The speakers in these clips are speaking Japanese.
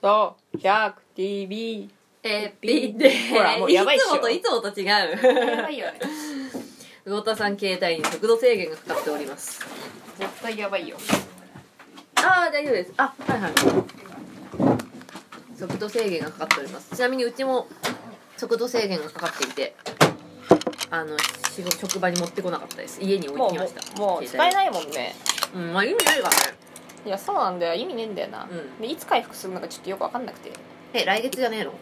そう、100TV。エピでほらもうやばいっしょつもといつもと違や うばいよね。魚田さん携帯に速度制限がかかっております絶対やばいよ。ああ大丈夫ですあはいはい速度制限がかかっておりますちなみにうちも速度制限がかかっていてあの仕事職場に持ってこなかったです家に置いもう、てきもましたうもう使えい、ないもんね。うん、まあ意味ないからねいや、そうなんだよ。意味ねえんだよな。うんで、いつ回復するのかちょっとよくわかんなくて。え来月じゃねえの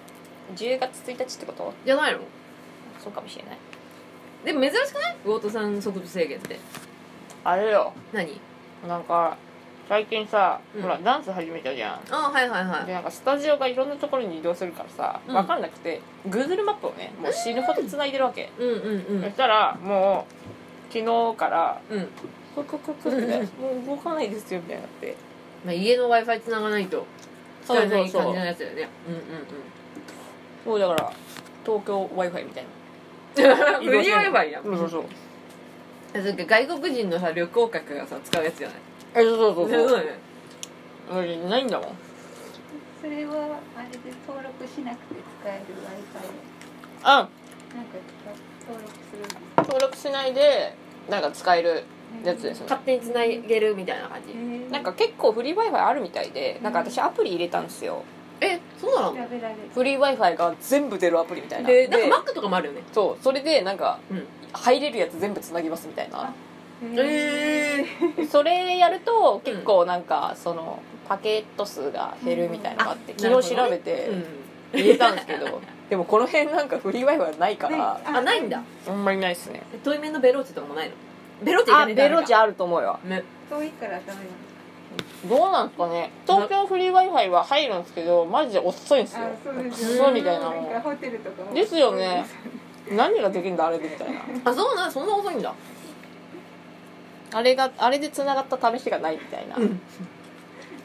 10月1日ってことじゃないのそうかもしれない。でも珍しくない魚田さん速度制限ってあれよ。何なんか、最近さ、うんほら、ダンス始めたじゃん。ああはいはいはいでなんかスタジオがいろんなところに移動するからさ、うん分かんなくて Google マップをねもう死ぬほど繋いでるわけ、うんうんうんそしたらもう昨日からうん、ククククってうんもう動かないですよみたいになってまあ、家の w i f i 繋がないと使そうえなそういそ感うじのやつだよねうんうんそうだから東京 w i f i みたいなうん無理やればいいやんそうそうそうなんか外国人のさ旅行客がさ使うやつじゃないえそうそうそうだよねうんないんだもんそれはあれで登録しなくて使える w i f i あなんか登録するんです登録しないでなんか使えるやつですね勝手に繋げるみたいな感じなんか結構フリー w i f i あるみたいでなんか私アプリ入れたんですよえそうな調べられるフリー w i f i が全部出るアプリみたいなでなんか Mac とかもあるよねそうそれでなんかうん入れるやつ全部つなぎますみたいなえそれやると結構なんかそのパケット数が減るみたいなのがあってう昨ん日調べえてん入れたんですけどでもこの辺なんかフリー Wi-Fi ないからね あないんだあんまりないですねえ対面のベローチェとかもないのベローチェあ入れてベあるロかチあると思うよね遠いからダメどうなんですかね東京フリー Wi-Fi は入るんですけどマジで遅いんですよなんですあそうですそうみたいなのんかホテルとかもですよね何ができるんだあれでみたいなあそうなんそんな遅いんだあれがあれでつながった試しがないみたいな、うん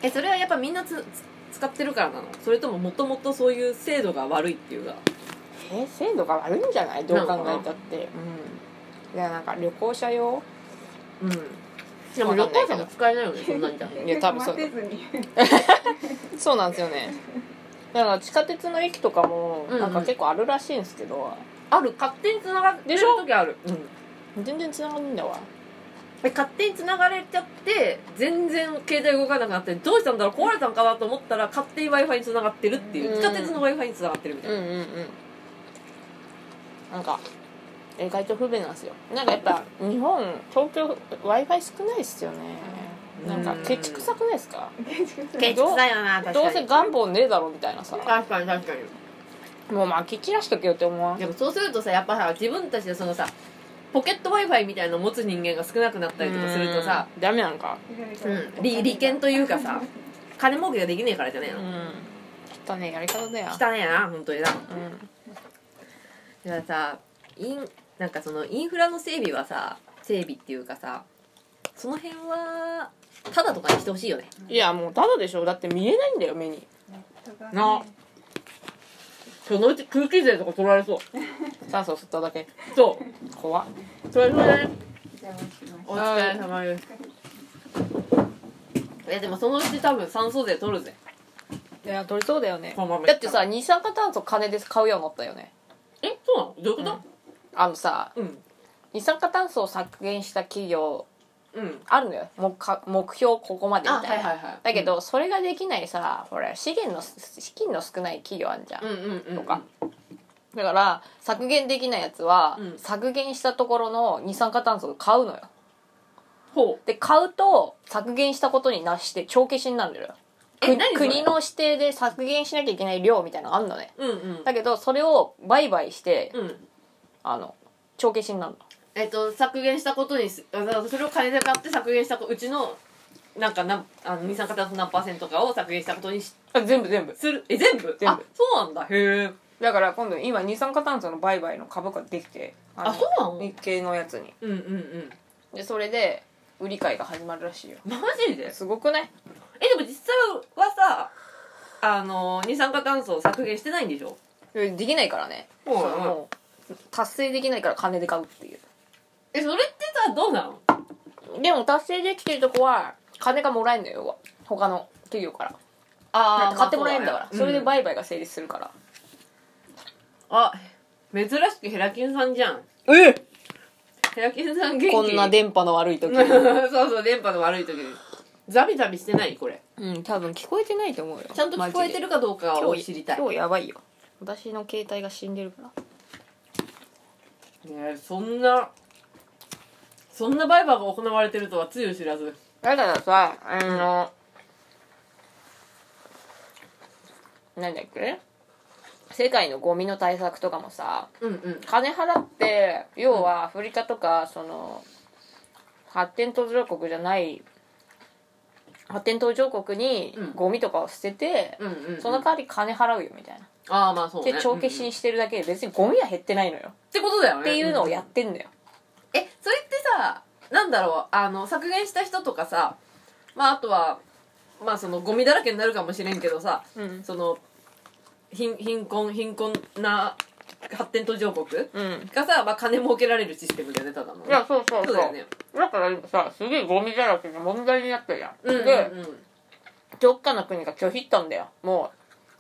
えそれはやっぱみんなつつ使ってるからなのそれとももともとそういう制度が悪いっていうかえ精度が悪いんじゃないどう考えたってうんいやなんか旅行者用うんでも旅行者も使えないよねそんなんじゃいや多分そうだ待てずに そうなんですよねだから地下鉄の駅とかもうんうんなんか結構あるらしいんですけど、ある勝手に繋がってる時あるうん全然繋がんねえんだわえ勝手に繋がれちゃって全然携帯動かなくなってどうしたんだろう壊れたんかなと思ったら勝手に w i f i に繋がってるっていううん地下鉄の w i f i に繋がってるみたいな、うんうんなんか意外と不便なんですよなんかやっぱ日本東京 w i f i 少ないっすよねなんかケチくさくないですかケチくさいよな確どうかせに元本ねえだろみたいなさ確かに確かにもうまき散らしとけよって思わんでもそうするとさやっぱさ自分たちでそのさポケット w i f i みたいなのを持つ人間が少なくなったりとかするとさ、うんダメなんかうん、利利権というかさ金儲けができねえからじゃねえうの、んきっとねやり方だよ汚ねえな本当になうんだからさインなんかそのインフラの整備はさ整備っていうかさその辺はただとかにしてほしいよねいやもうただでしょだって見えないんだよ目になそのうち空気税とか取られそう酸素吸っただけそ怖っうそれそれでね邪魔しまお疲れ様ですいやでもそのうち多分酸素税取るぜいや取りそうだよねこのままだってさ二酸化炭素金で買うようになったよねえそうなのどういうこあのさとうん二酸化炭素を削減した企業うん、あるのよ目か目標ここまでみあたいな、はいはいはいだけどそれができないさほら資源の資金の少ない企業あるじゃん、うんうんうんとかだから削減できないやつは、うん削減したところの二酸化炭素を買うのよほうで買うと削減したことになして帳消しになるんだよえく何それ国の指定で削減しなきゃいけない量みたいなのあんのねうんうんだけどそれを売買して、うんあの帳消しになるのえっと、削減したことにすあのそれを金で買って削減したこうちのなんかなんあの二酸化炭素何パーセントかを削減したことにし全部全部するえ全部全部あそうなんだへえだから今度今二酸化炭素の売買の株価できてああそうなの日経のやつにうんうんうんでそれで売り買いが始まるらしいよマジですごくないえでも実際はさあの二酸化炭素を削減してないんでしょできないからねはいはいそのもう達成できないから金で買うっていえそれってさどうなのうでも達成できてるとこは金がもらえんのよ要は他の企業からあだって買ってもらえるんだから、まあそうれだでね売買が成立するから、あ珍しくヘラキンさんじゃんえヘラキンさん元気こんな電波の悪い時に そうそう電波の悪い時ですザビザビしてないこれうん多分聞こえてないと思うよちゃんと聞こえてるかどうかマジでを今日知りたい今日やばいよ私の携帯が死んでるからねえそんなそんな売買が行われてるとはつゆ知らずだからさあの、なんだっけ世界のゴミの対策とかもさうんうん金払って要はアフリカとかその発展途上国じゃない発展途上国にうんゴミとかを捨てて、うんうんうんその代わり金払うよみたいな、ああまあそうねで帳消しうんうんっにしてるだけで別にゴミは減ってないのよ、てことだよねっていうのをやってんだよ、えそれってさなんだろうあの削減した人とかさまああとはまあそのゴミだらけになるかもしれんけどさうんその貧貧困貧困な発展途上国うんがさ、まあ、金儲けられるシステムだよねただのねいやそうそうそそううだよねだから今さすげえゴミだらけが問題になってるやん、うんうんでうんどっかの国が拒否ったんだよも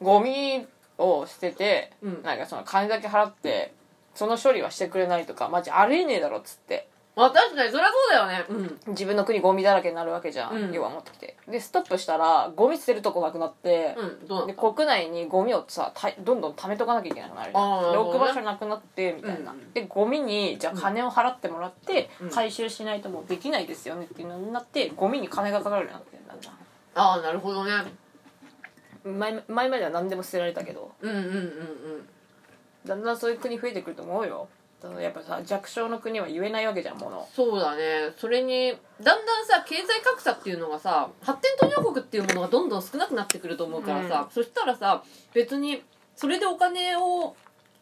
うゴミを捨てて、うんなんかその金だけ払ってその処理はしてくれないとかマジありえねえだろっつってまあ確かにそりゃそうだよねうん自分の国ゴミだらけになるわけじゃん、うん要は持ってきてでストップしたらゴミ捨てるとこなくなって、うんどうな でんだ国内にゴミをさたどんどん貯めとかなきゃいけなくなるじゃあーなんるロほックどね場所なくなってみたいな、うんでゴミにじゃあ金を払ってもらって、うん回収しないともうできないですよねっていうのになってゴミに金がかかるようになってんだんだんああなるほどね前前までは何でも捨てられたけどうんうんうんうんだんだんそういう国増えてくると思うよだからやっぱさ弱小の国は言えないわけじゃんものそうだねそれにだんだんさ経済格差っていうのがさ発展途上国っていうものがどんどん少なくなってくると思うからさ、そしたらさ別にそれでお金を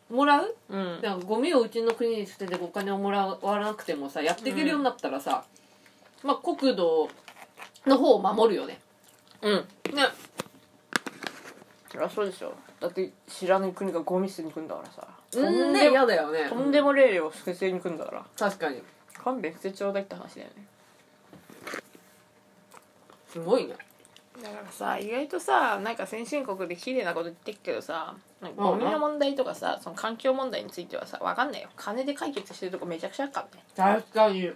もらううんなんかゴミをうちの国に捨ててお金をもらわなくてもさやっていけるようになったらさ、まあ国土の方を守るよねうんねそりゃそうでしょだって知らない国がゴミ捨てに来るんだからさうとんんねで嫌だよねとんでもねえ量捨てに来るんだから確かに勘弁してちょうだいって話だよねすごいねだからさ意外とさなんか先進国で綺麗なこと言ってっけどさなんかうゴんうんミの問題とかさその環境問題についてはさ分かんないよ金で解決してるとこめちゃくちゃあるからね確かに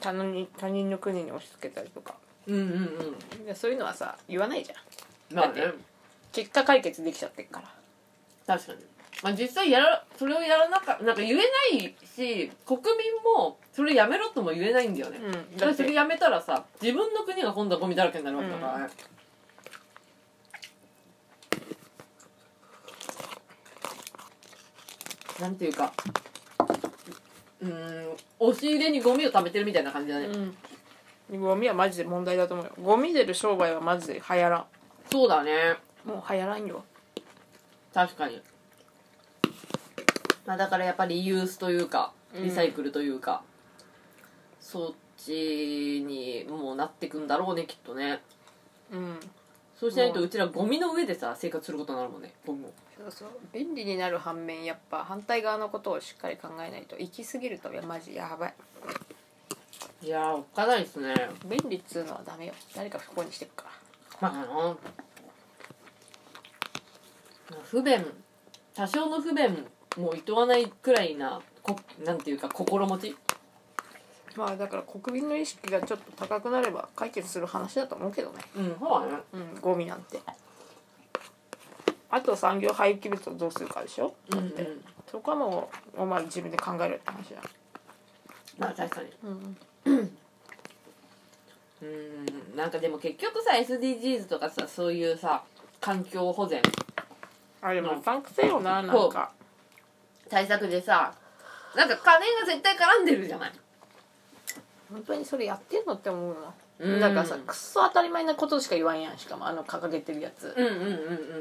他人他人の国に押し付けたりとかうんうんうんいやそういうのはさ言わないじゃんまあねだ結果解決できちゃってるから確かに、まあ、実際やらそれをやらなかなんか言えないし国民もそれやめろとも言えないんだよね、うんだってそれやめたらさ自分の国が今度はゴミだらけになるわけだからね、なんていうかうーん押し入れにゴミを溜めてるみたいな感じだね、うんゴミはマジで問題だと思うよゴミ出る商売はマジで流行らんそうだねもう流行らんよ確かに、まあ、だからやっぱりリユースというかリサイクルというか、そっちにもうなってくんだろうねきっとねうんそうしないともううちらゴミの上でさ生活することになるもんね今後そうそう便利になる反面やっぱ反対側のことをしっかり考えないと行き過ぎるといやマジやばいいやーおっかないですね便利っつうのはダメよ誰か不幸にしてくかまあな不便多少の不便もいとわないくらいなこなんていうか心持ちらまあだから国民の意識がちょっと高くなれば解決する話だと思うけどねうんそうだねうんゴミなんてあと産業廃棄物をどうするかでしょうんうだってんそこはもうお前自分で考えるって話だまあ確かにうんうーんなんかでも結局さ SDGs とかさそういうさ環境保全あれうもんうさんくせえよななんか対策でさなんか金が絶対絡んでるじゃない本当にそれやってんのって思うな、うんなんかさくっそ当たり前なことしか言わんやんしかもあの掲げてるやつ、うんうんうんうん、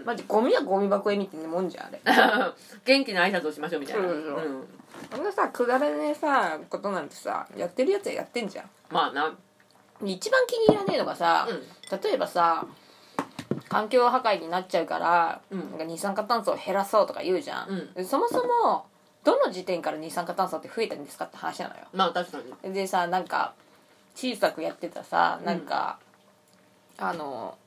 まマジゴミはゴミ箱へみたいなもんじゃんあれあ、元気な挨拶をしましょうみたいな、そうそうそうんあんなさくだらねえさことなんてさやってるやつはやってんじゃんまあな一番気に入らねえのがさ、例えばさ環境破壊になっちゃうから、うんなんか二酸化炭素を減らそうとか言うじゃん、うんでそもそもどの時点から二酸化炭素って増えたんですかって話なのよまあ確かにでさなんか小さくやってたさなんか、あの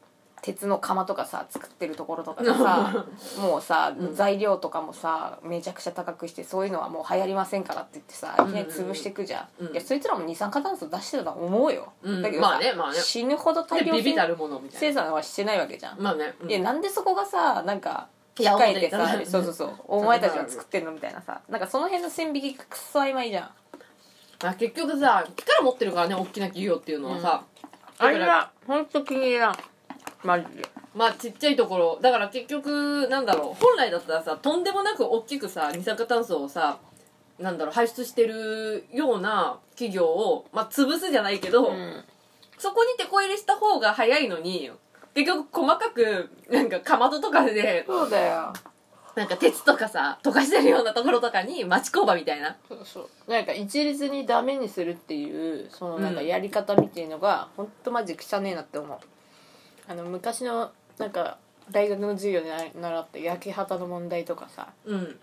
鉄の釜とかさ作ってるところとかでさもうさ うん材料とかもさめちゃくちゃ高くしてそういうのはもう流行りませんからって言ってさいきなり潰していくじゃん、うんうんうんいやそいつらも二酸化炭素出してたと思うよ、うんだけどさ、まあねまあね死ぬほど大で量ビビたるものみたい生産はしてないわけじゃん、なまあね、うんいやなんでそこがさなんかい控やえて思うさね そうそうそうお前たちが作ってんのみたいなさなんかその辺の線引きがくっそ曖昧じゃんまあ、結局さ力持ってるからね大きな企業っていうのはさ、あれが本当気に入らんマジでまあちっちゃいところだから結局なんだろう本来だったらさとんでもなく大きくさ二酸化炭素をさなんだろう排出してるような企業を、まあ、潰すじゃないけど、うんそこにてこ入れした方が早いのに結局細かくなんかかまどとかでそうだよなんか鉄とかさ溶かしてるようなところとかに町工場みたいなそうそうなんか一律にダメにするっていうそのなんかうんやり方みたいのが、ほんとマジ汚ねえなって思うあの昔のなんか大学の授業でな習った焼き畑の問題とかさうん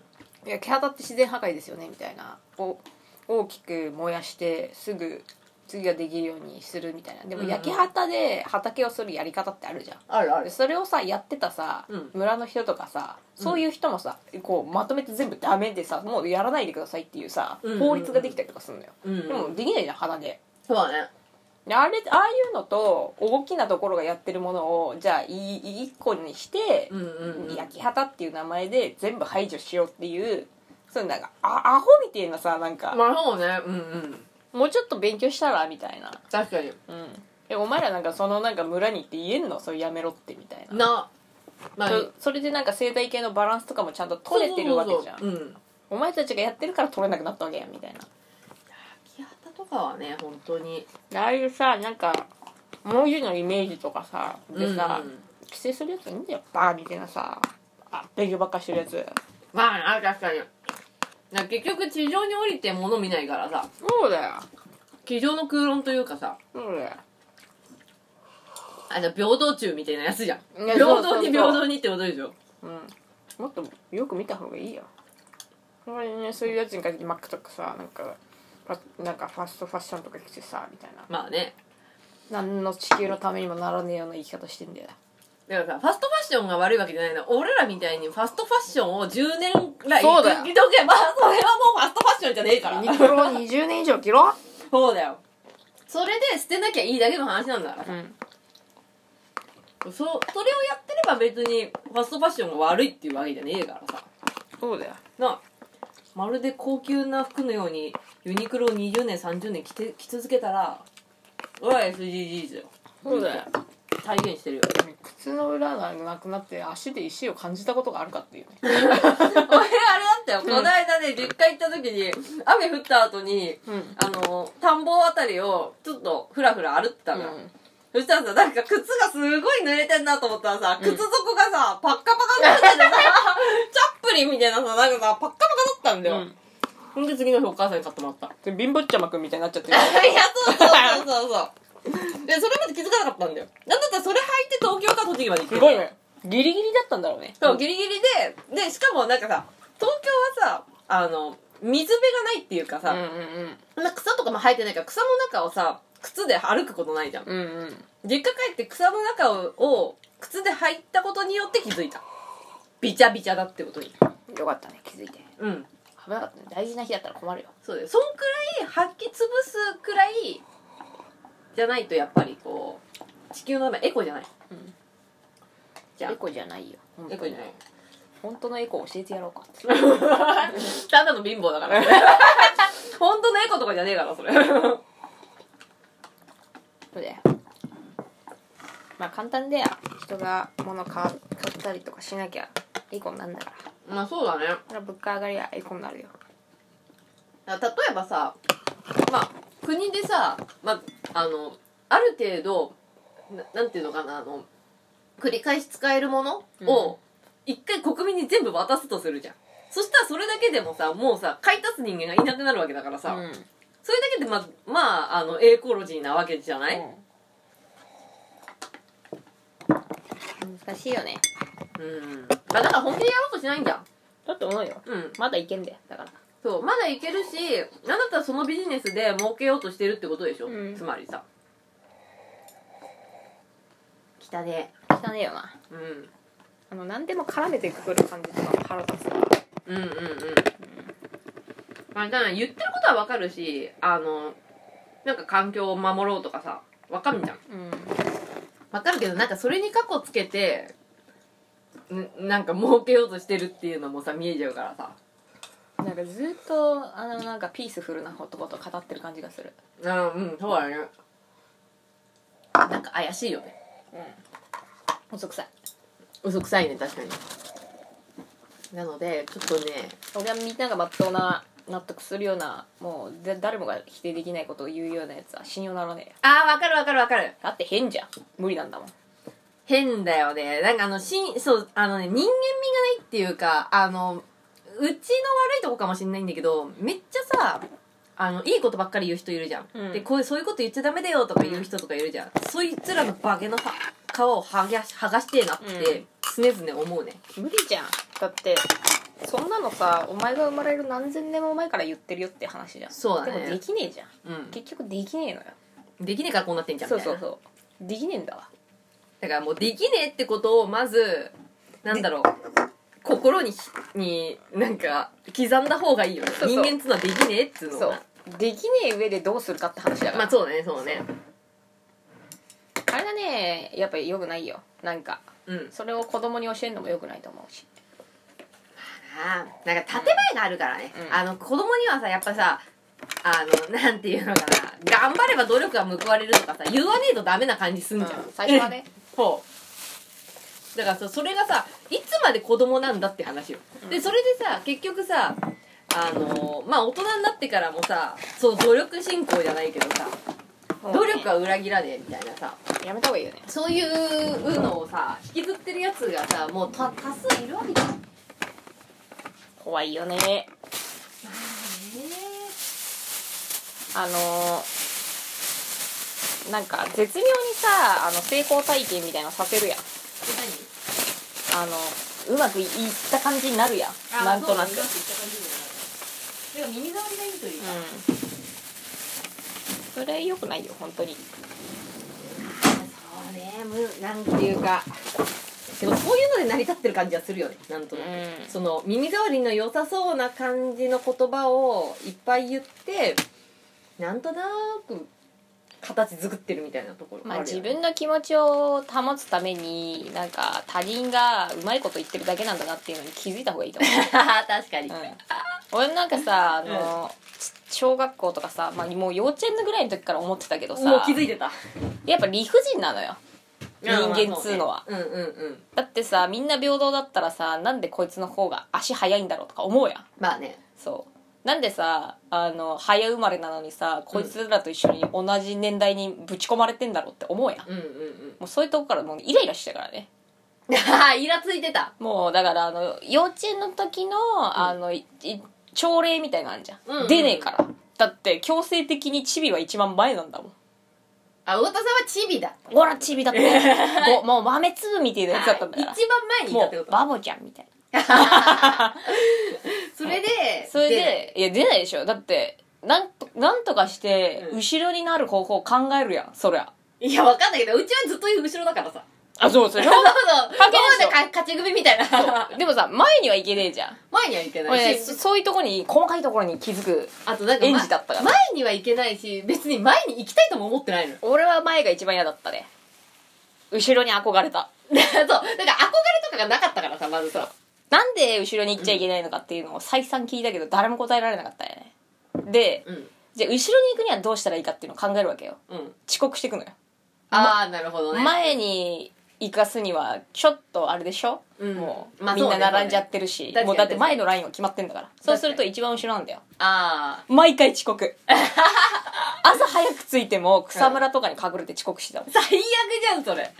焼き畑って自然破壊ですよねみたいなを大きく燃やしてすぐ次ができるようにするみたいなでもうん焼き畑で畑をするやり方ってあるじゃんあるあでそれをさやってたさ、うん村の人とかさそういう人もさこうまとめて全部ダメでさもうやらないでくださいっていうさうんうんうん法律ができたりとかするのよ、うんでもできないじゃん花でそうだねであれああいうのと大きなところがやってるものをじゃあいい一個にして、うんうんうん焼き畑っていう名前で全部排除しようっていうそういうなんかあアホみたいなさなんか、まあそうねうんうんもうちょっと勉強したらみたいな確かにうんえお前らなんかそのなんか村に行って言えんのそれやめろってみたいななまあそそれでなんか生態系のバランスとかもちゃんと取れてるわけじゃんそうそうそううんお前たちがやってるから取れなくなったわけやみたい木畑とかはね本当になああいうさなんか文字のイメージとかさでさ、うんうん規制するやついいんだよバーみたいなさあ勉強ばっかしてるやつまあな確かにな結局地上に降りて物見ないからさそうだよ机上の空論というかさそうだよあの平等中みたいなやつじゃんいや平等にそうそうそう平等にってことでしょうんもっとよく見た方がいいよそれにねそういうやつに限ってマックとかさなんかファなんかファストファッションとか着てさみたいなまあね何の地球のためにもならねえような生き方してんだよだからさファストファッションが悪いわけじゃないの俺らみたいにファストファッションを10年来そうだよ生きとけばそれはもうファストファッションじゃねえ からユニクロを20年以上着ろそうだよそれで捨てなきゃいいだけの話なんだからうんそそれをやってれば別にファストファッションが悪いっていうわけじゃねえからさそうだよなあまるで高級な服のようにユニクロを20年30年着て着続けたら俺は SDGs よそうだよ体現 してるよ靴の裏がなくなって足で石を感じたことがあるかっていうね俺あれだったよこの間ね実家行った時に雨降った後にうんあの田んぼあたりをちょっとふらふら歩ってたのよ、うんそしたらさ、なんか靴がすごい濡れてんなと思ったらさ、うん靴底がさ、パッカパカにな っててさ、チャップリンみたいなさ、なんかさ、パッカパカだったんだよ。ほんで次の日お母さんに買ってもらった。で貧乏ちゃまくんみたいになっちゃってるいや、そうそうそうそうそう。で、それまで気づかなかったんだよ。なんだったらそれ履いて東京から栃木まで行ってすごい。ねギリギリだったんだろうねそう、ギリギリで、で、しかもなんかさ、東京はさ、あの、水辺がないっていううかんうさ、んそんな草とかも生えてないから、草の中をさ、靴で歩くことないじゃん。うんうんうん実家帰って草の中をを靴で入ったことによって気づいたびちゃびちゃだってことによかったね気づいてうん危なかったね大事な日だったら困るよそうだよそんくらい吐き潰すくらいじゃないとやっぱりこう地球のためエコじゃないうんじゃあエコじゃないよ本当エにコじゃない本当のエコ教えてやろうかただの貧乏だから 本当のエコとかじゃねえからそれそうだよまあ簡単だよ人が物買う買ったりとかしなきゃエコになんだから まあそうだねこれは物価上がりはエコになるよ例えばさまあ国でさ、まあ、あのある程度ななんていうのかなあの繰り返し使えるものうんを一回国民に全部渡すとするじゃん、そしたらそれだけでもさもうさ買い足す人間がいなくなるわけだからさ、うんそれだけでままああのエコロジーなわけじゃない、うん難しいよねうんまあ、だから本気でやろうとしないんだだって思うようんまだいけんだよだからそうまだいけるしなんだったらそのビジネスで儲けようとしてるってことでしょ、うんつまりさ汚ね汚汚ねえよなうんうんあの何でも絡めてくる感じとかも腹立つなうんうんまあだから言ってることはわかるしあのなんか環境を守ろうとかさわかるじゃんうんわかるけどなんかそれに過去つけてんなんか儲けようとしてるっていうのもさ見えちゃうからさなんかずっとあのなんかピースフルな男と語ってる感じがするうんうんそうだねなんか怪しいよねうん遅くさい嘘くさいね確かになのでちょっとね俺はみんなが真っ当な納得するようなもうぜ誰もが否定できないことを言うようなやつは信用ならねえよああわかるわかるわかるだって変じゃん無理なんだもん変だよね。なんかあの、しん、そう、あのね、人間味がないっていうか、あの、うちの悪いとこかもしんないんだけど、めっちゃさ、あの、いいことばっかり言う人いるじゃん。うんで、こういう、そういうこと言っちゃダメだよとか言う人とかいるじゃん。そいつらのバケのは皮を剥がし、剥がしてえなって、常々思うね。無理じゃんだってそんなのさお前が生まれる何千年も前から言ってるよって話じゃんそうだねでもできねえじゃんう結局できねえのよん。できねえからこうなってんじゃん。そうそうう。そうできねえんだわだからもう、できねえってことを、まず、なんだろう。心にひ、に、なんか、刻んだ方がいいよね。そうそう人間っつうのはできねえっつうのをそうできねえ上でどうするかって話だから、まあそうだねそうだねあれがねやっぱり良くないよなんかうんそれを子供に教えるのも良くないと思うしああなんか建前があるからね、うんあの子供にはさやっぱさあのなんていうのかな頑張れば努力が報われるとかさ言わねえとダメな感じすんじゃん、うん最初はねそうだからさそれがさいつまで子供なんだって話よ、でそれでさ結局さあのまあ大人になってからもさそう努力信仰じゃないけどさ 努力は裏切らねえみたいなさやめた方がいいよねそういうのをさ引きずってるやつがさもうた多数いるわけじゃん怖いよねあのーなんか絶妙にさあの成功体験みたいなのさせるやんあのうまくいった感じになるやんなんとなくうてか耳障りがいいというんそれ良くないよ本当にそうねむなんていうかでもそういうので成り立ってる感じはするよねなんとなく、うんその耳障りの良さそうな感じの言葉をいっぱい言ってなんとなく形作ってるみたいなところまあるよ自ね分の気持ちを保つためになんか他人がうまいこと言ってるだけなんだなっていうのに気づいた方がいいと思 確かに、う、うん、俺なんかさあの、小学校とかさ、まあ、もう幼稚園のぐらいの時から思ってたけどさもう気づいてたやっぱ理不尽なのよ人間っつうのはうんうんうんだってさみんな平等だったらさなんでこいつの方が足早いんだろうとか思うやんまあねそうなんでさあの早生まれなのにさこいつらと一緒に同じ年代にぶち込まれてんだろうって思うやん、もうんうんうんうそういうとこからもうイライラしてたからねあ あイラついてたもうだからあの幼稚園の時のあの、いい朝礼みたいなのあるじゃん、うんうん出ねえからだって強制的にチビは一番前なんだもんあ太田さんはチビだほらチビだってご もう豆粒みたいなやつだったんだかあら一番前にいたもってこうとバボちゃんみたいなそれでそれでいや出ないでしょだってなんとなんとかしてうん後ろになる方法を考えるやんそりゃでいやわかんないけどうちはずっと後ろだからさあそう それ そうそう関係ないでしょそうか勝ち組みたいなでもさ前にはいけねえじゃん前にはいけな俺いねしそそういうとこに細かいところに気づくあとなんか園児だったから前にはいけないし別に前に行きたいとも思ってな いの俺は前が一番嫌だったね後ろに憧れたそうなんか憧れとかがなかったからさまずさなんで後ろに行っちゃいけないのかっていうのを再三聞いたけど誰も答えられなかったよねでうんじゃあ後ろに行くにはどうしたらいいかっていうのを考えるわけようん遅刻していくのよああなるほどね前に行かすにはちょっとあれでしょ、うんもう、まあみんそなうね並んじゃってるし、そうねもうだって前のラインは決まってんだからそうすると一番後ろなんだよあ毎回遅刻 朝早く着いても草むらとかに隠れて遅刻してたもんあ最悪じゃんそれ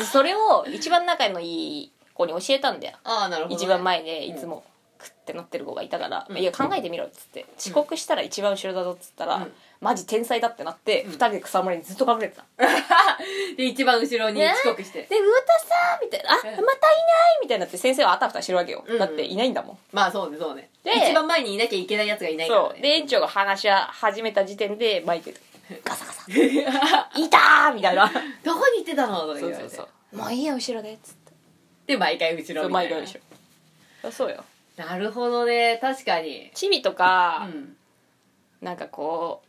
でそれを一番仲のいい子に教えたんだよああなるほどね一番前でいつもクッてなってる子がいたから「うんいや考えてみろ」っつって「遅刻したら一番後ろだぞ」っつったら、うんマジ天才だってなって、二人で草むらにずっと隠れてたで一番後ろに遅刻してで「魚田さん」みたいな「あまたいない」みたいになって先生はあたふたしてるわけよ、うんうんだっていないんだもんまあそうねそうねで一番前にいなきゃいけないやつがいないからそうでね園長が話し始めた時点でマイケルガサガサ「いたー!」みたいな どこに行ってたのとかそ言うそわれうてそうもういいや後ろでっつってで毎回後ろみたいなろそうよなるほどね確かにチビとか、うんなんかこう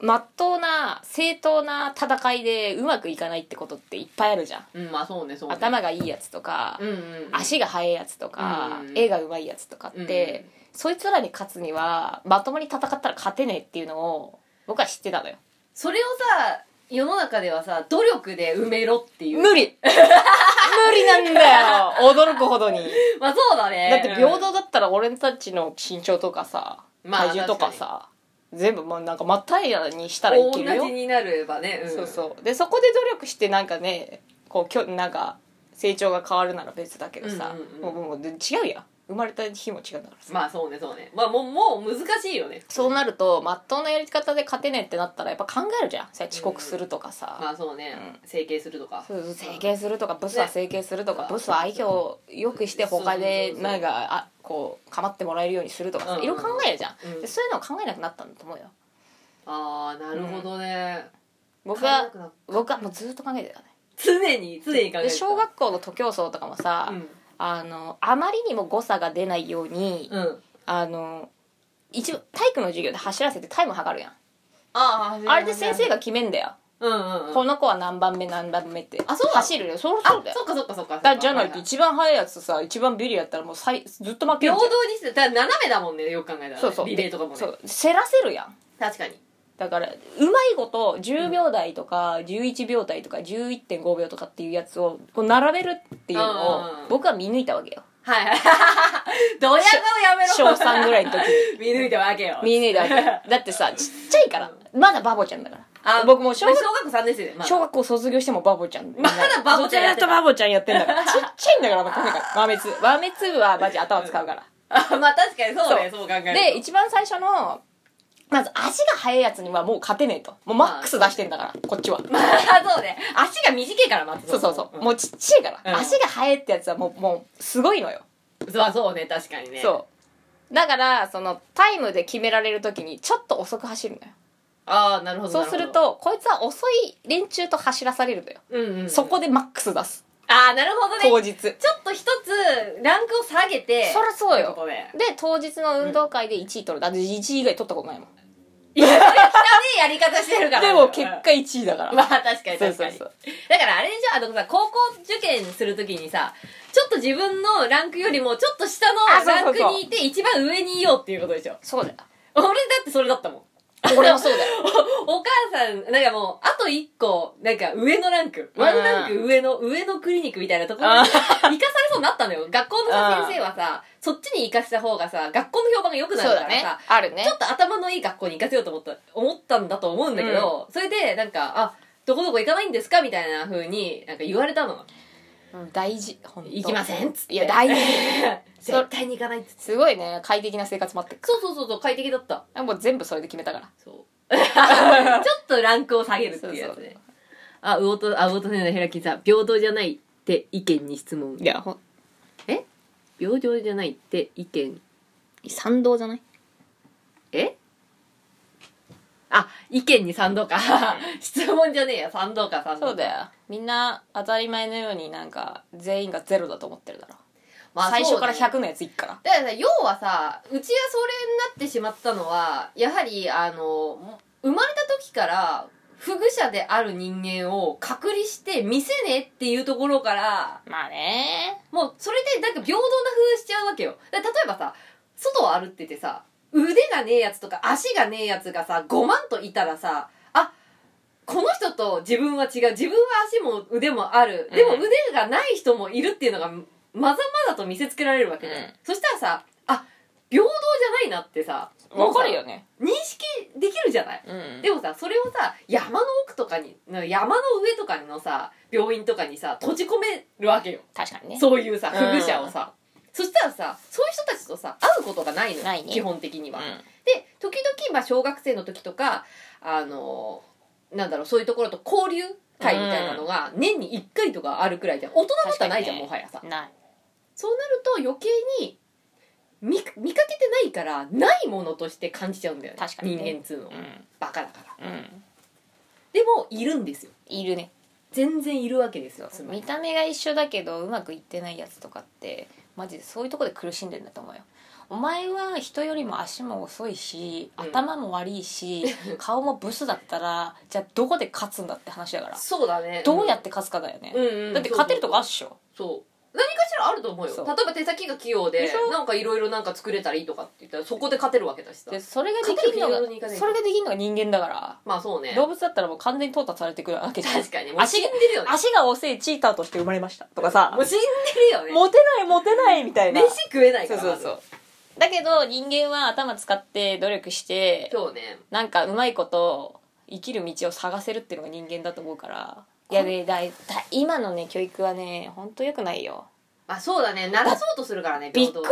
まっとうな正当な戦いでうまくいかないってことっていっぱいあるじゃん、うんまあそうねそうね頭がいいやつとか、うんうん足が速いやつとか、うん絵が上手いやつとかって、そいつらに勝つにはまともに戦ったら勝てねえっていうのを僕は知ってたのよそれをさ世の中ではさ努力で埋めろっていう無理無理なんだよ驚くほどにまあそうだねだって平等だったら俺たちの身長とかさまあ体重とかさ、全部もうなんか真っ平らにしたらいけるよ同じになればね、んそうそうでそこで努力してなんかねこうきょなんか成長が変わるなら別だけどさ、うんもううもうで違うやん生まれた日も違うんだからさ、まあそうねそうねまあもうもう難しいよねそうなるとまっとうなやり方で勝てねえってなったらやっぱ考えるじゃんそれ遅刻するとかまさ、あそうね、う整形するとかそうそう整形するとかブスはね整形するとか、うんブスは愛嬌をよくしてそう他でそうそうそうなんかあこう構ってもらえるようにするとかさ、うんいろいろ考えるじゃん、うんでそういうのを考えなくなったんだと思うよああなるほどね、僕買えなはくなっ僕はもうずっと考えてたね常に常に考えでてた小学校の徒競走とかもさ、うんあのあまりにも誤差が出ないように、うんあの一応体育の授業で走らせてタイム測るやんあああれで先生が決めんだよ、うんうんうんこの子は何番目何番目ってあそうなの走るよそろそあうだよそっかそっかそっかだじゃないはとは一番速いやつさ一番ビリやったらもうさいずっと負け平る等じゃんにしてだから斜めだもんねよく考えたら、ね、そうそうリレーとかもねそう競らせるやん確かにだからうまいこと10秒台とか11秒台とか11.5秒とかっていうやつをこう並べるっていううんうんのうをん僕は見抜いたわけよはいはい。 ドヤ顔やめろ小3ぐらいの時に見抜いたわけよ。見抜いたわ けだってさちっちゃいからまだバボちゃんだから あ僕もう小小学学校3年生で。まあ小学校卒業してもバボちゃんまだバボちゃんややっっててずっとたバボちゃんやってんだ からちっちゃいんだからもうとにかく豆粒豆粒はマジ頭使うから、あ まあ確かにそうね、そそう考えると。で 一番最初のまず足が速いやつにはもう勝てねえともうマックス出してんだからこっちはまあそうね。足が短いから、まず。そうそうそう、んもうちっちゃいから、うん足が速いってやつはもうもうすごいのよ、そうあそうね、確かにね。う。そうだからそのタイムで決められる時にちょっと遅く走るのよああ、なるほど。そうするなほとこいつは遅い連中と走らされるのよ、ど、うんうん。そこ。でマックス出すああ、なるほどね。当日でちょっと一つ、ランクを下げて。そらそうよってことね当日の運動会で1位取るだって1位以外取ったことないもんいや、それ汚いやり方してるから。でも結果1位だから、まあ確かに確かにそうそうだからあれでしょあのさ高校受験するときにさちょっと自分のランクよりもちょっと下のあそうラそンうクそうにいて一番上にいようっていうことでしょそうだよ俺だってそれだったもん 俺もそうだよおお母さんなんかもうあと一個なんか上のランクワンランク上の上のクリニックみたいなところにあー行かされそうになったのよ学校のさあー先生はさそっちに行かせた方がさ学校の評判が良くなそうるかだらねさ、あるねちょっと頭のいい学校に行かせようと思った、思ったんだと思うんだけど、それで、なんか、あ、どこどこ行かないんですかみたいな風に、なんか言われたの。うん大事本当行きませんっつっていや大事 絶対に行かないっつって。すごいね快適な生活待ってるそうそうそうそう、快適だった。もう全部それで決めたからそう。 ちょっとランクを下げるっていうやつそうそうね。あ、魚と、あ、魚とねのヘラキンさん、平等じゃないって意見に質問い。やほん平等じゃないって意見。賛同じゃないえあ、意見に賛同か。 質問じゃねえや、賛同か、賛同か。そうだよみんな当たり前のようになんか全員がゼロだと思ってるだろ、まあ。最初からそうだよ100のやついくからだからさ要はさうちはそれになってしまったのはやはりあの生まれた時から不具者である人間を隔離して見せねえっていうところからまあねもうそれでなんか平等な風しちゃうわけよだから例えばさ外を歩っててさ腕がねえやつとか足がねえやつがさ5万といたらさあこの人と自分は違う自分は足も腕もあるでもうん腕がない人もいるっていうのがまざまざと見せつけられるわけだよ、うんそしたらさあ平等じゃないなってさわかるよねもうさ認識できるじゃないうんでもさそれをさ山の奥とかになんか山の上とかのさ病院とかにさ閉じ込めるわけよ確かにねそういうさ、うん不具者をさ。そしたらさ、そういう人たちとさ、会うことがないのよ。ないね基本的には。んで、時々、まあ、小学生の時とか、あのーなんだろう、そういうところと交流会みたいなのが、年に1回とかあるくらいじゃん。大人だったらないじゃ確かにん、ねもはやさ。ないそうなると余計に、見、見かけてないから、ないものとして感じちゃうんだよね。確かにね人間っつうの。うんバカだから。うんでも、いるんですよ。いるね全然いるわけですよつまり見た目が一緒だけどうまくいってないやつとかってマジでそういうとこで苦しんでんだと思うよお前は人よりも足も遅いしうん頭も悪い し、顔もブスだったらじゃあどこで勝つんだって話だからそうだねどうやって勝つかだよね、うんうんだって勝てるとこあっしょそう何かしらあると思うよそう例えば手先が器用ででしょなんかいろいろなんか作れたらいいとかって言ったらそこで勝てるわけだしさでそれができるの勝てる理由にいかがないそとれができるのが人間だからまあそうね動物だったらもう完全に淘汰されてくるわけじゃん確かにもう死足んがでるよね足が遅いチーターとして生まれましたとかさもう死んでるよねモテないモテないみたいな飯食えないかそうらそうそうだけど人間は頭使って努力してそうねなんかうまいこと生きる道を探せるっていうのが人間だと思うからいやでだいだ今のね教育はね本当良くないよあそうだね鳴らそうとするからねびっくりせん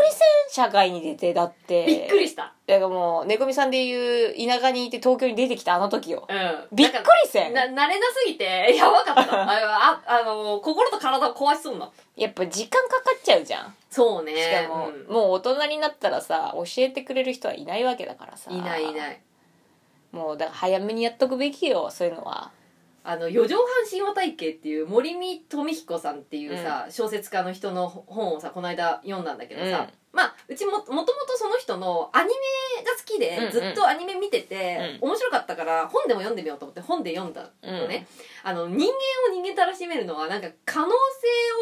社会に出てだってびっくりしただからもう猫みさんでいう田舎にいて東京に出てきたあの時ようんびっくりせんな慣れなすぎて やばかったあああの心と体を壊しそうになったやっぱ時間かかっちゃうじゃんそうねしかも、うんもう大人になったらさ教えてくれる人はいないわけだからさいないいないもうだから早めにやっとくべきよそういうのはあの四畳半神話体系っていう森見富彦さんっていうさ、小説家の人の本をさこの間読んだんだけどさ、まあうちももともとその人のアニメが好きで、うんうんずっとアニメ見てて、面白かったから本でも読んでみようと思って本で読んだのね、あの人間を人間たらしめるのはなんか可能性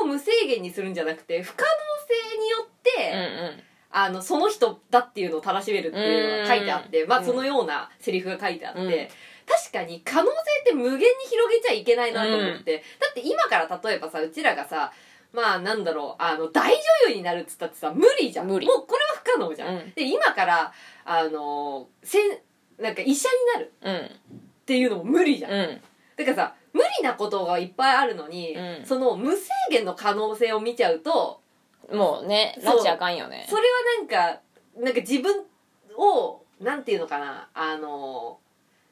を無制限にするんじゃなくて不可能性によって、うんうんあのその人だっていうのをたらしめるっていうのが書いてあって、うんまあ、そのようなセリフが書いてあって、うん確かに可能性って無限に広げちゃいけないなと思って、だって今から例えばさうちらがさまあなんだろうあの大女優になるっつったってさ無理じゃん無理もうこれは不可能じゃん、うんで今からあのせんなんか医者になるうんっていうのも無理じゃん、うんだからさ無理なことがいっぱいあるのに、うんその無制限の可能性を見ちゃうともうねそうなっちゃあかんよねそれはなんかなんか自分をなんていうのかなあの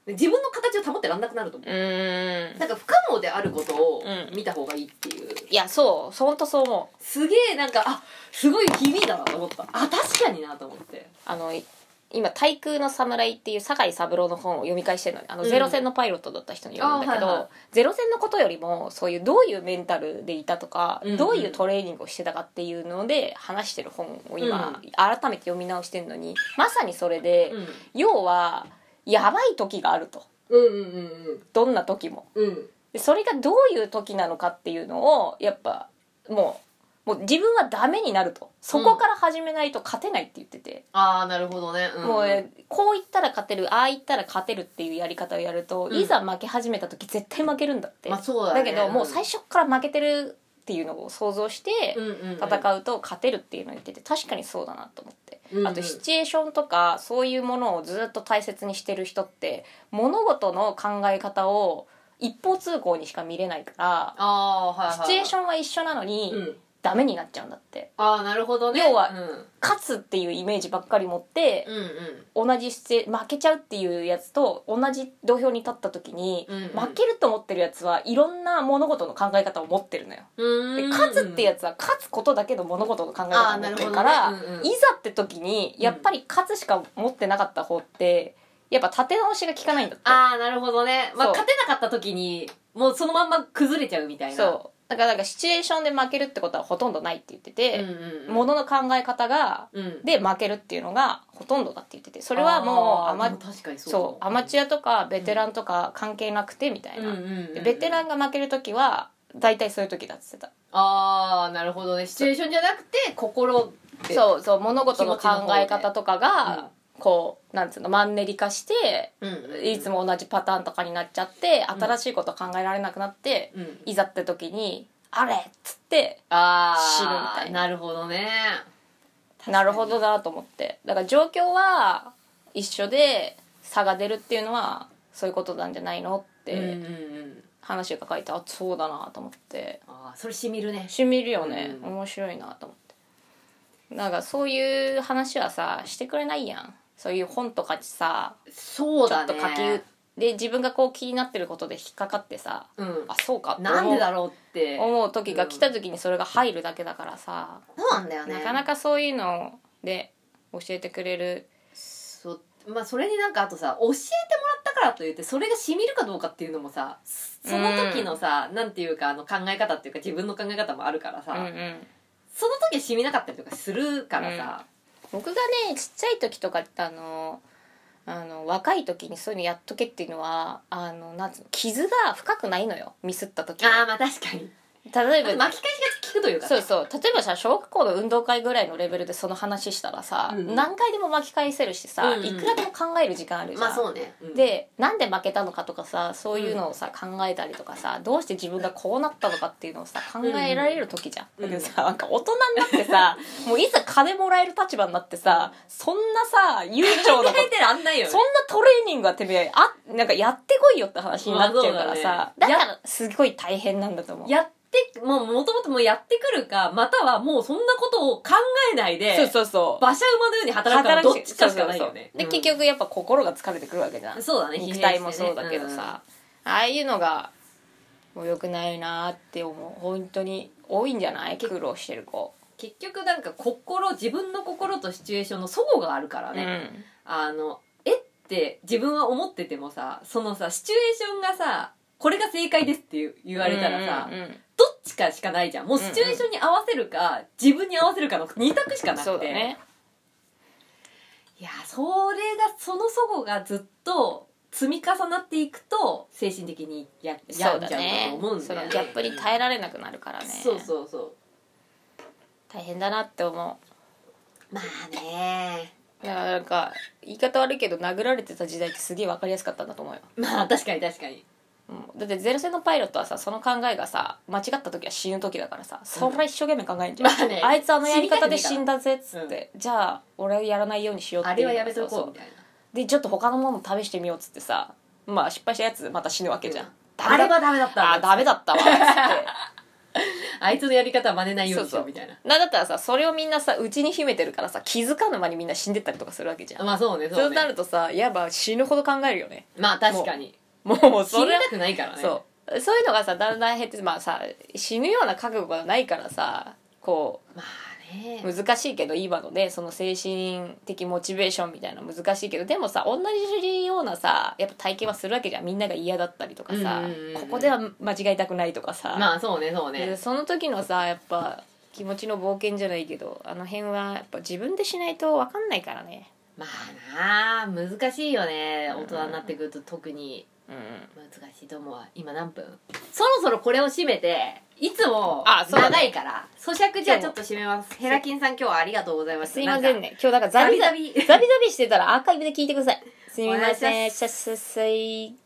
自分の形を保ってらんなくなると思うーうんなんか不可能であることをうん見た方がいいっていう、いやそうほんとそう思うすげえなんかあすごい響いたなと思ったあ確かになと思ってあのい今「対空の侍」っていう酒井三郎の本を読み返してるのねあの、うんゼロ戦のパイロットだった人に読むんだけど、あはいはいゼロ戦のことよりもそういうどういうメンタルでいたとか、うんうんどういうトレーニングをしてたかっていうので話してる本を今、う改めて読み直してるのにまさにそれで、うん要はやばい時があるとうんうんうんどんな時もうんうんでそれがどういう時なのかっていうのをやっぱもうもう自分はダメになるとそこから始めないと勝てないって言ってて、ああなるほどね、んもうえこう言ったら勝てるああ言ったら勝てるっていうやり方をやると、うんいざ負け始めた時絶対負けるんだって、まあそうだだねけどもう最初から負けてるっていうのを想像してうんうんうん戦うと勝てるっていうのを言ってて確かにそうだなと思って、うんうんあとシチュエーションとかそういうものをずっと大切にしてる人って物事の考え方を一方通行にしか見れないからああーはいはシいチュエーショョンは一緒なのに、うん、ダメになっちゃうんだってああなるほどね要はうん勝つっていうイメージばっかり持って、うんうん同じ姿勢負けちゃうっていうやつと同じ土俵に立った時に、うんうん負けると思ってるやつはいろんな物事の考え方を持ってるのよ。うでん勝つってやつは勝つことだけど物事の考え方を持ってるからあーなるほどねうんうんいざって時にやっぱり勝つしか持ってなかった方ってやっぱ立て直しが効かないんだっああなるほどね、まあ、そう勝てなかった時にもうそのまんま崩れちゃうみたいてなそうだからなんかシチュエーションで負けるってことはほとんどないって言ってうんて、うんうん、物の考え方がうん、で負けるっていうのがほとんどだって言っててそれはもうアあーマでも確かにそうそうアマチュアとかベテランとか関係なくてみたいな、うんうんうんうんでベテランが負ける時は大体そういう時だっつってた、ああなるほどねシチュエーションじゃなくて心でう、そうそう物事の考え方とかうんがこうなんつうのマンネリ化してうんうんうん、いつも同じパターンとかになっちゃって新しいこと考えられなくなって、うんいざって時に「あれ!」っつってあ死ぬみあたいななるほどねなるほどなと思ってだから状況は一緒で差が出るっていうのはそういうことなんじゃないのっうんうんてうん話が書いて、あそうだなと思ってああそれしみるねしみるよね、うん面白いなと思ってなんかそういう話はさしてくれないやんそういう本とかにさそうちょっだとね書きうで自分がこう気になってることで引っかかってさうんあそうかってなんでだろうって思う時が来た時にそれが入るだけだからさ、そうなんだよなかなかそういうので教えてくれるそうまあそれになんかあとさ教えてもらったからといってそれが染みるかどうかっていうのもさその時のさ、なんていうかあの考え方っていうか自分の考え方もあるからさ、うんうん、その時は染みなかったりとかするからさ、僕がねちっちゃい時とかってあのあの若い時にそういうのやっとけっていうのはあのなんつうの傷が深くないのよミスった時ああはまあ確かに例えあとば巻き返しが効くというかそうそう例えばさ小学校の運動会ぐらいのレベルでその話したらさ、うん何回でも巻き返せるしさ、うんうんいくらでも考える時間あるじゃん、まあそうね、うんでなんで負けたのかとかさそういうのをさ、考えたりとかさどうして自分がこうなったのかっていうのをさ考えられる時じゃん、うんだけどさなんか大人になってさもういざ金もらえる立場になってさそんなさ悠長考な ことえてらんないよねそんなトレーニングはてめえあなんかやってこいよって話になっちゃうからまさ、あそうだだねからすごい大変なんだと思うやってもうもともともうやってくるかまたはもうそんなことを考えないでそうそうそう馬車馬のように働くからどっちかしかないよねそうそうそうでうん結局やっぱ心が疲れてくるわけじゃんそうだね肉体もそうだけどさ、ああいうのがもう良くないなって思う本当に多いんじゃない苦労してる子、結局なんか心自分の心とシチュエーションの齟齬があるからね、ねあのえって自分は思っててもさそのさシチュエーションがさこれが正解ですって言言われたらさ、うんうんうんどっちかしかないじゃんもうシチュエーションに合わせるか、自分に合わせるかの2択しかなくてそうだねいやそれがその齟齬がずっと積み重なっていくと精神的にやそやうんだじゃうとね思うんそだよのねギャップに耐えられなくなるからねそうそうそう大変だなって思まあ ねういやなんか言い方悪いけど殴られてた時代ってすげえ分かりやすかったんだと思うよ、まあ確かに確かにうん、だってゼロ戦のパイロットはさその考えがさ間違った時は死ぬ時だからさそれは一生懸命考えんじゃん、まあねあいつあのやり方で死んだぜっつって、じゃあ俺はやらないようにしようってあいれうはやめそとこそうみたいなでちょっと他のもの試してみようっつってさまあ失敗したやつまた死ぬわけじゃん、うんダメあだれはダメだったあダメだったわ っつっあいつのやり方は真似ないようにしそうよそううみたいなてなんだったらさそれをみんなさうちに秘めてるからさ気づかぬ間にみんな死んでったりとかするわけじゃんまあそうねそそううなねるとさやっぱ死ぬほど考えるよねまあ確かにもう死そにれはたくないからねそうそういうのがさだんだん減ってまあさ死ぬような覚悟がないからさこうまあね難しいけど今のねその精神的モチベーションみたいなの難しいけどでもさ同じようなさやっぱ体験はするわけじゃんみんなが嫌だったりとかさ、うんうんうんうんここでは間違いたくないとかさ、まあそうねそうねでその時のさやっぱ気持ちの冒険じゃないけどあの辺はやっぱ自分でしないと分かんないからねまあなあ難しいよね大人になってくると特にうん難しいと思うわ今何分そろそろこれを締めていつもあそうだね長いから咀嚼じゃあちょっと締めますヘラキンさん今日はありがとうございましたすいませんねね今日だからザザビビザザビビザビザビしてたらアーカイブで聞いてくださいすみまお願せいんしシャッシャッシャイ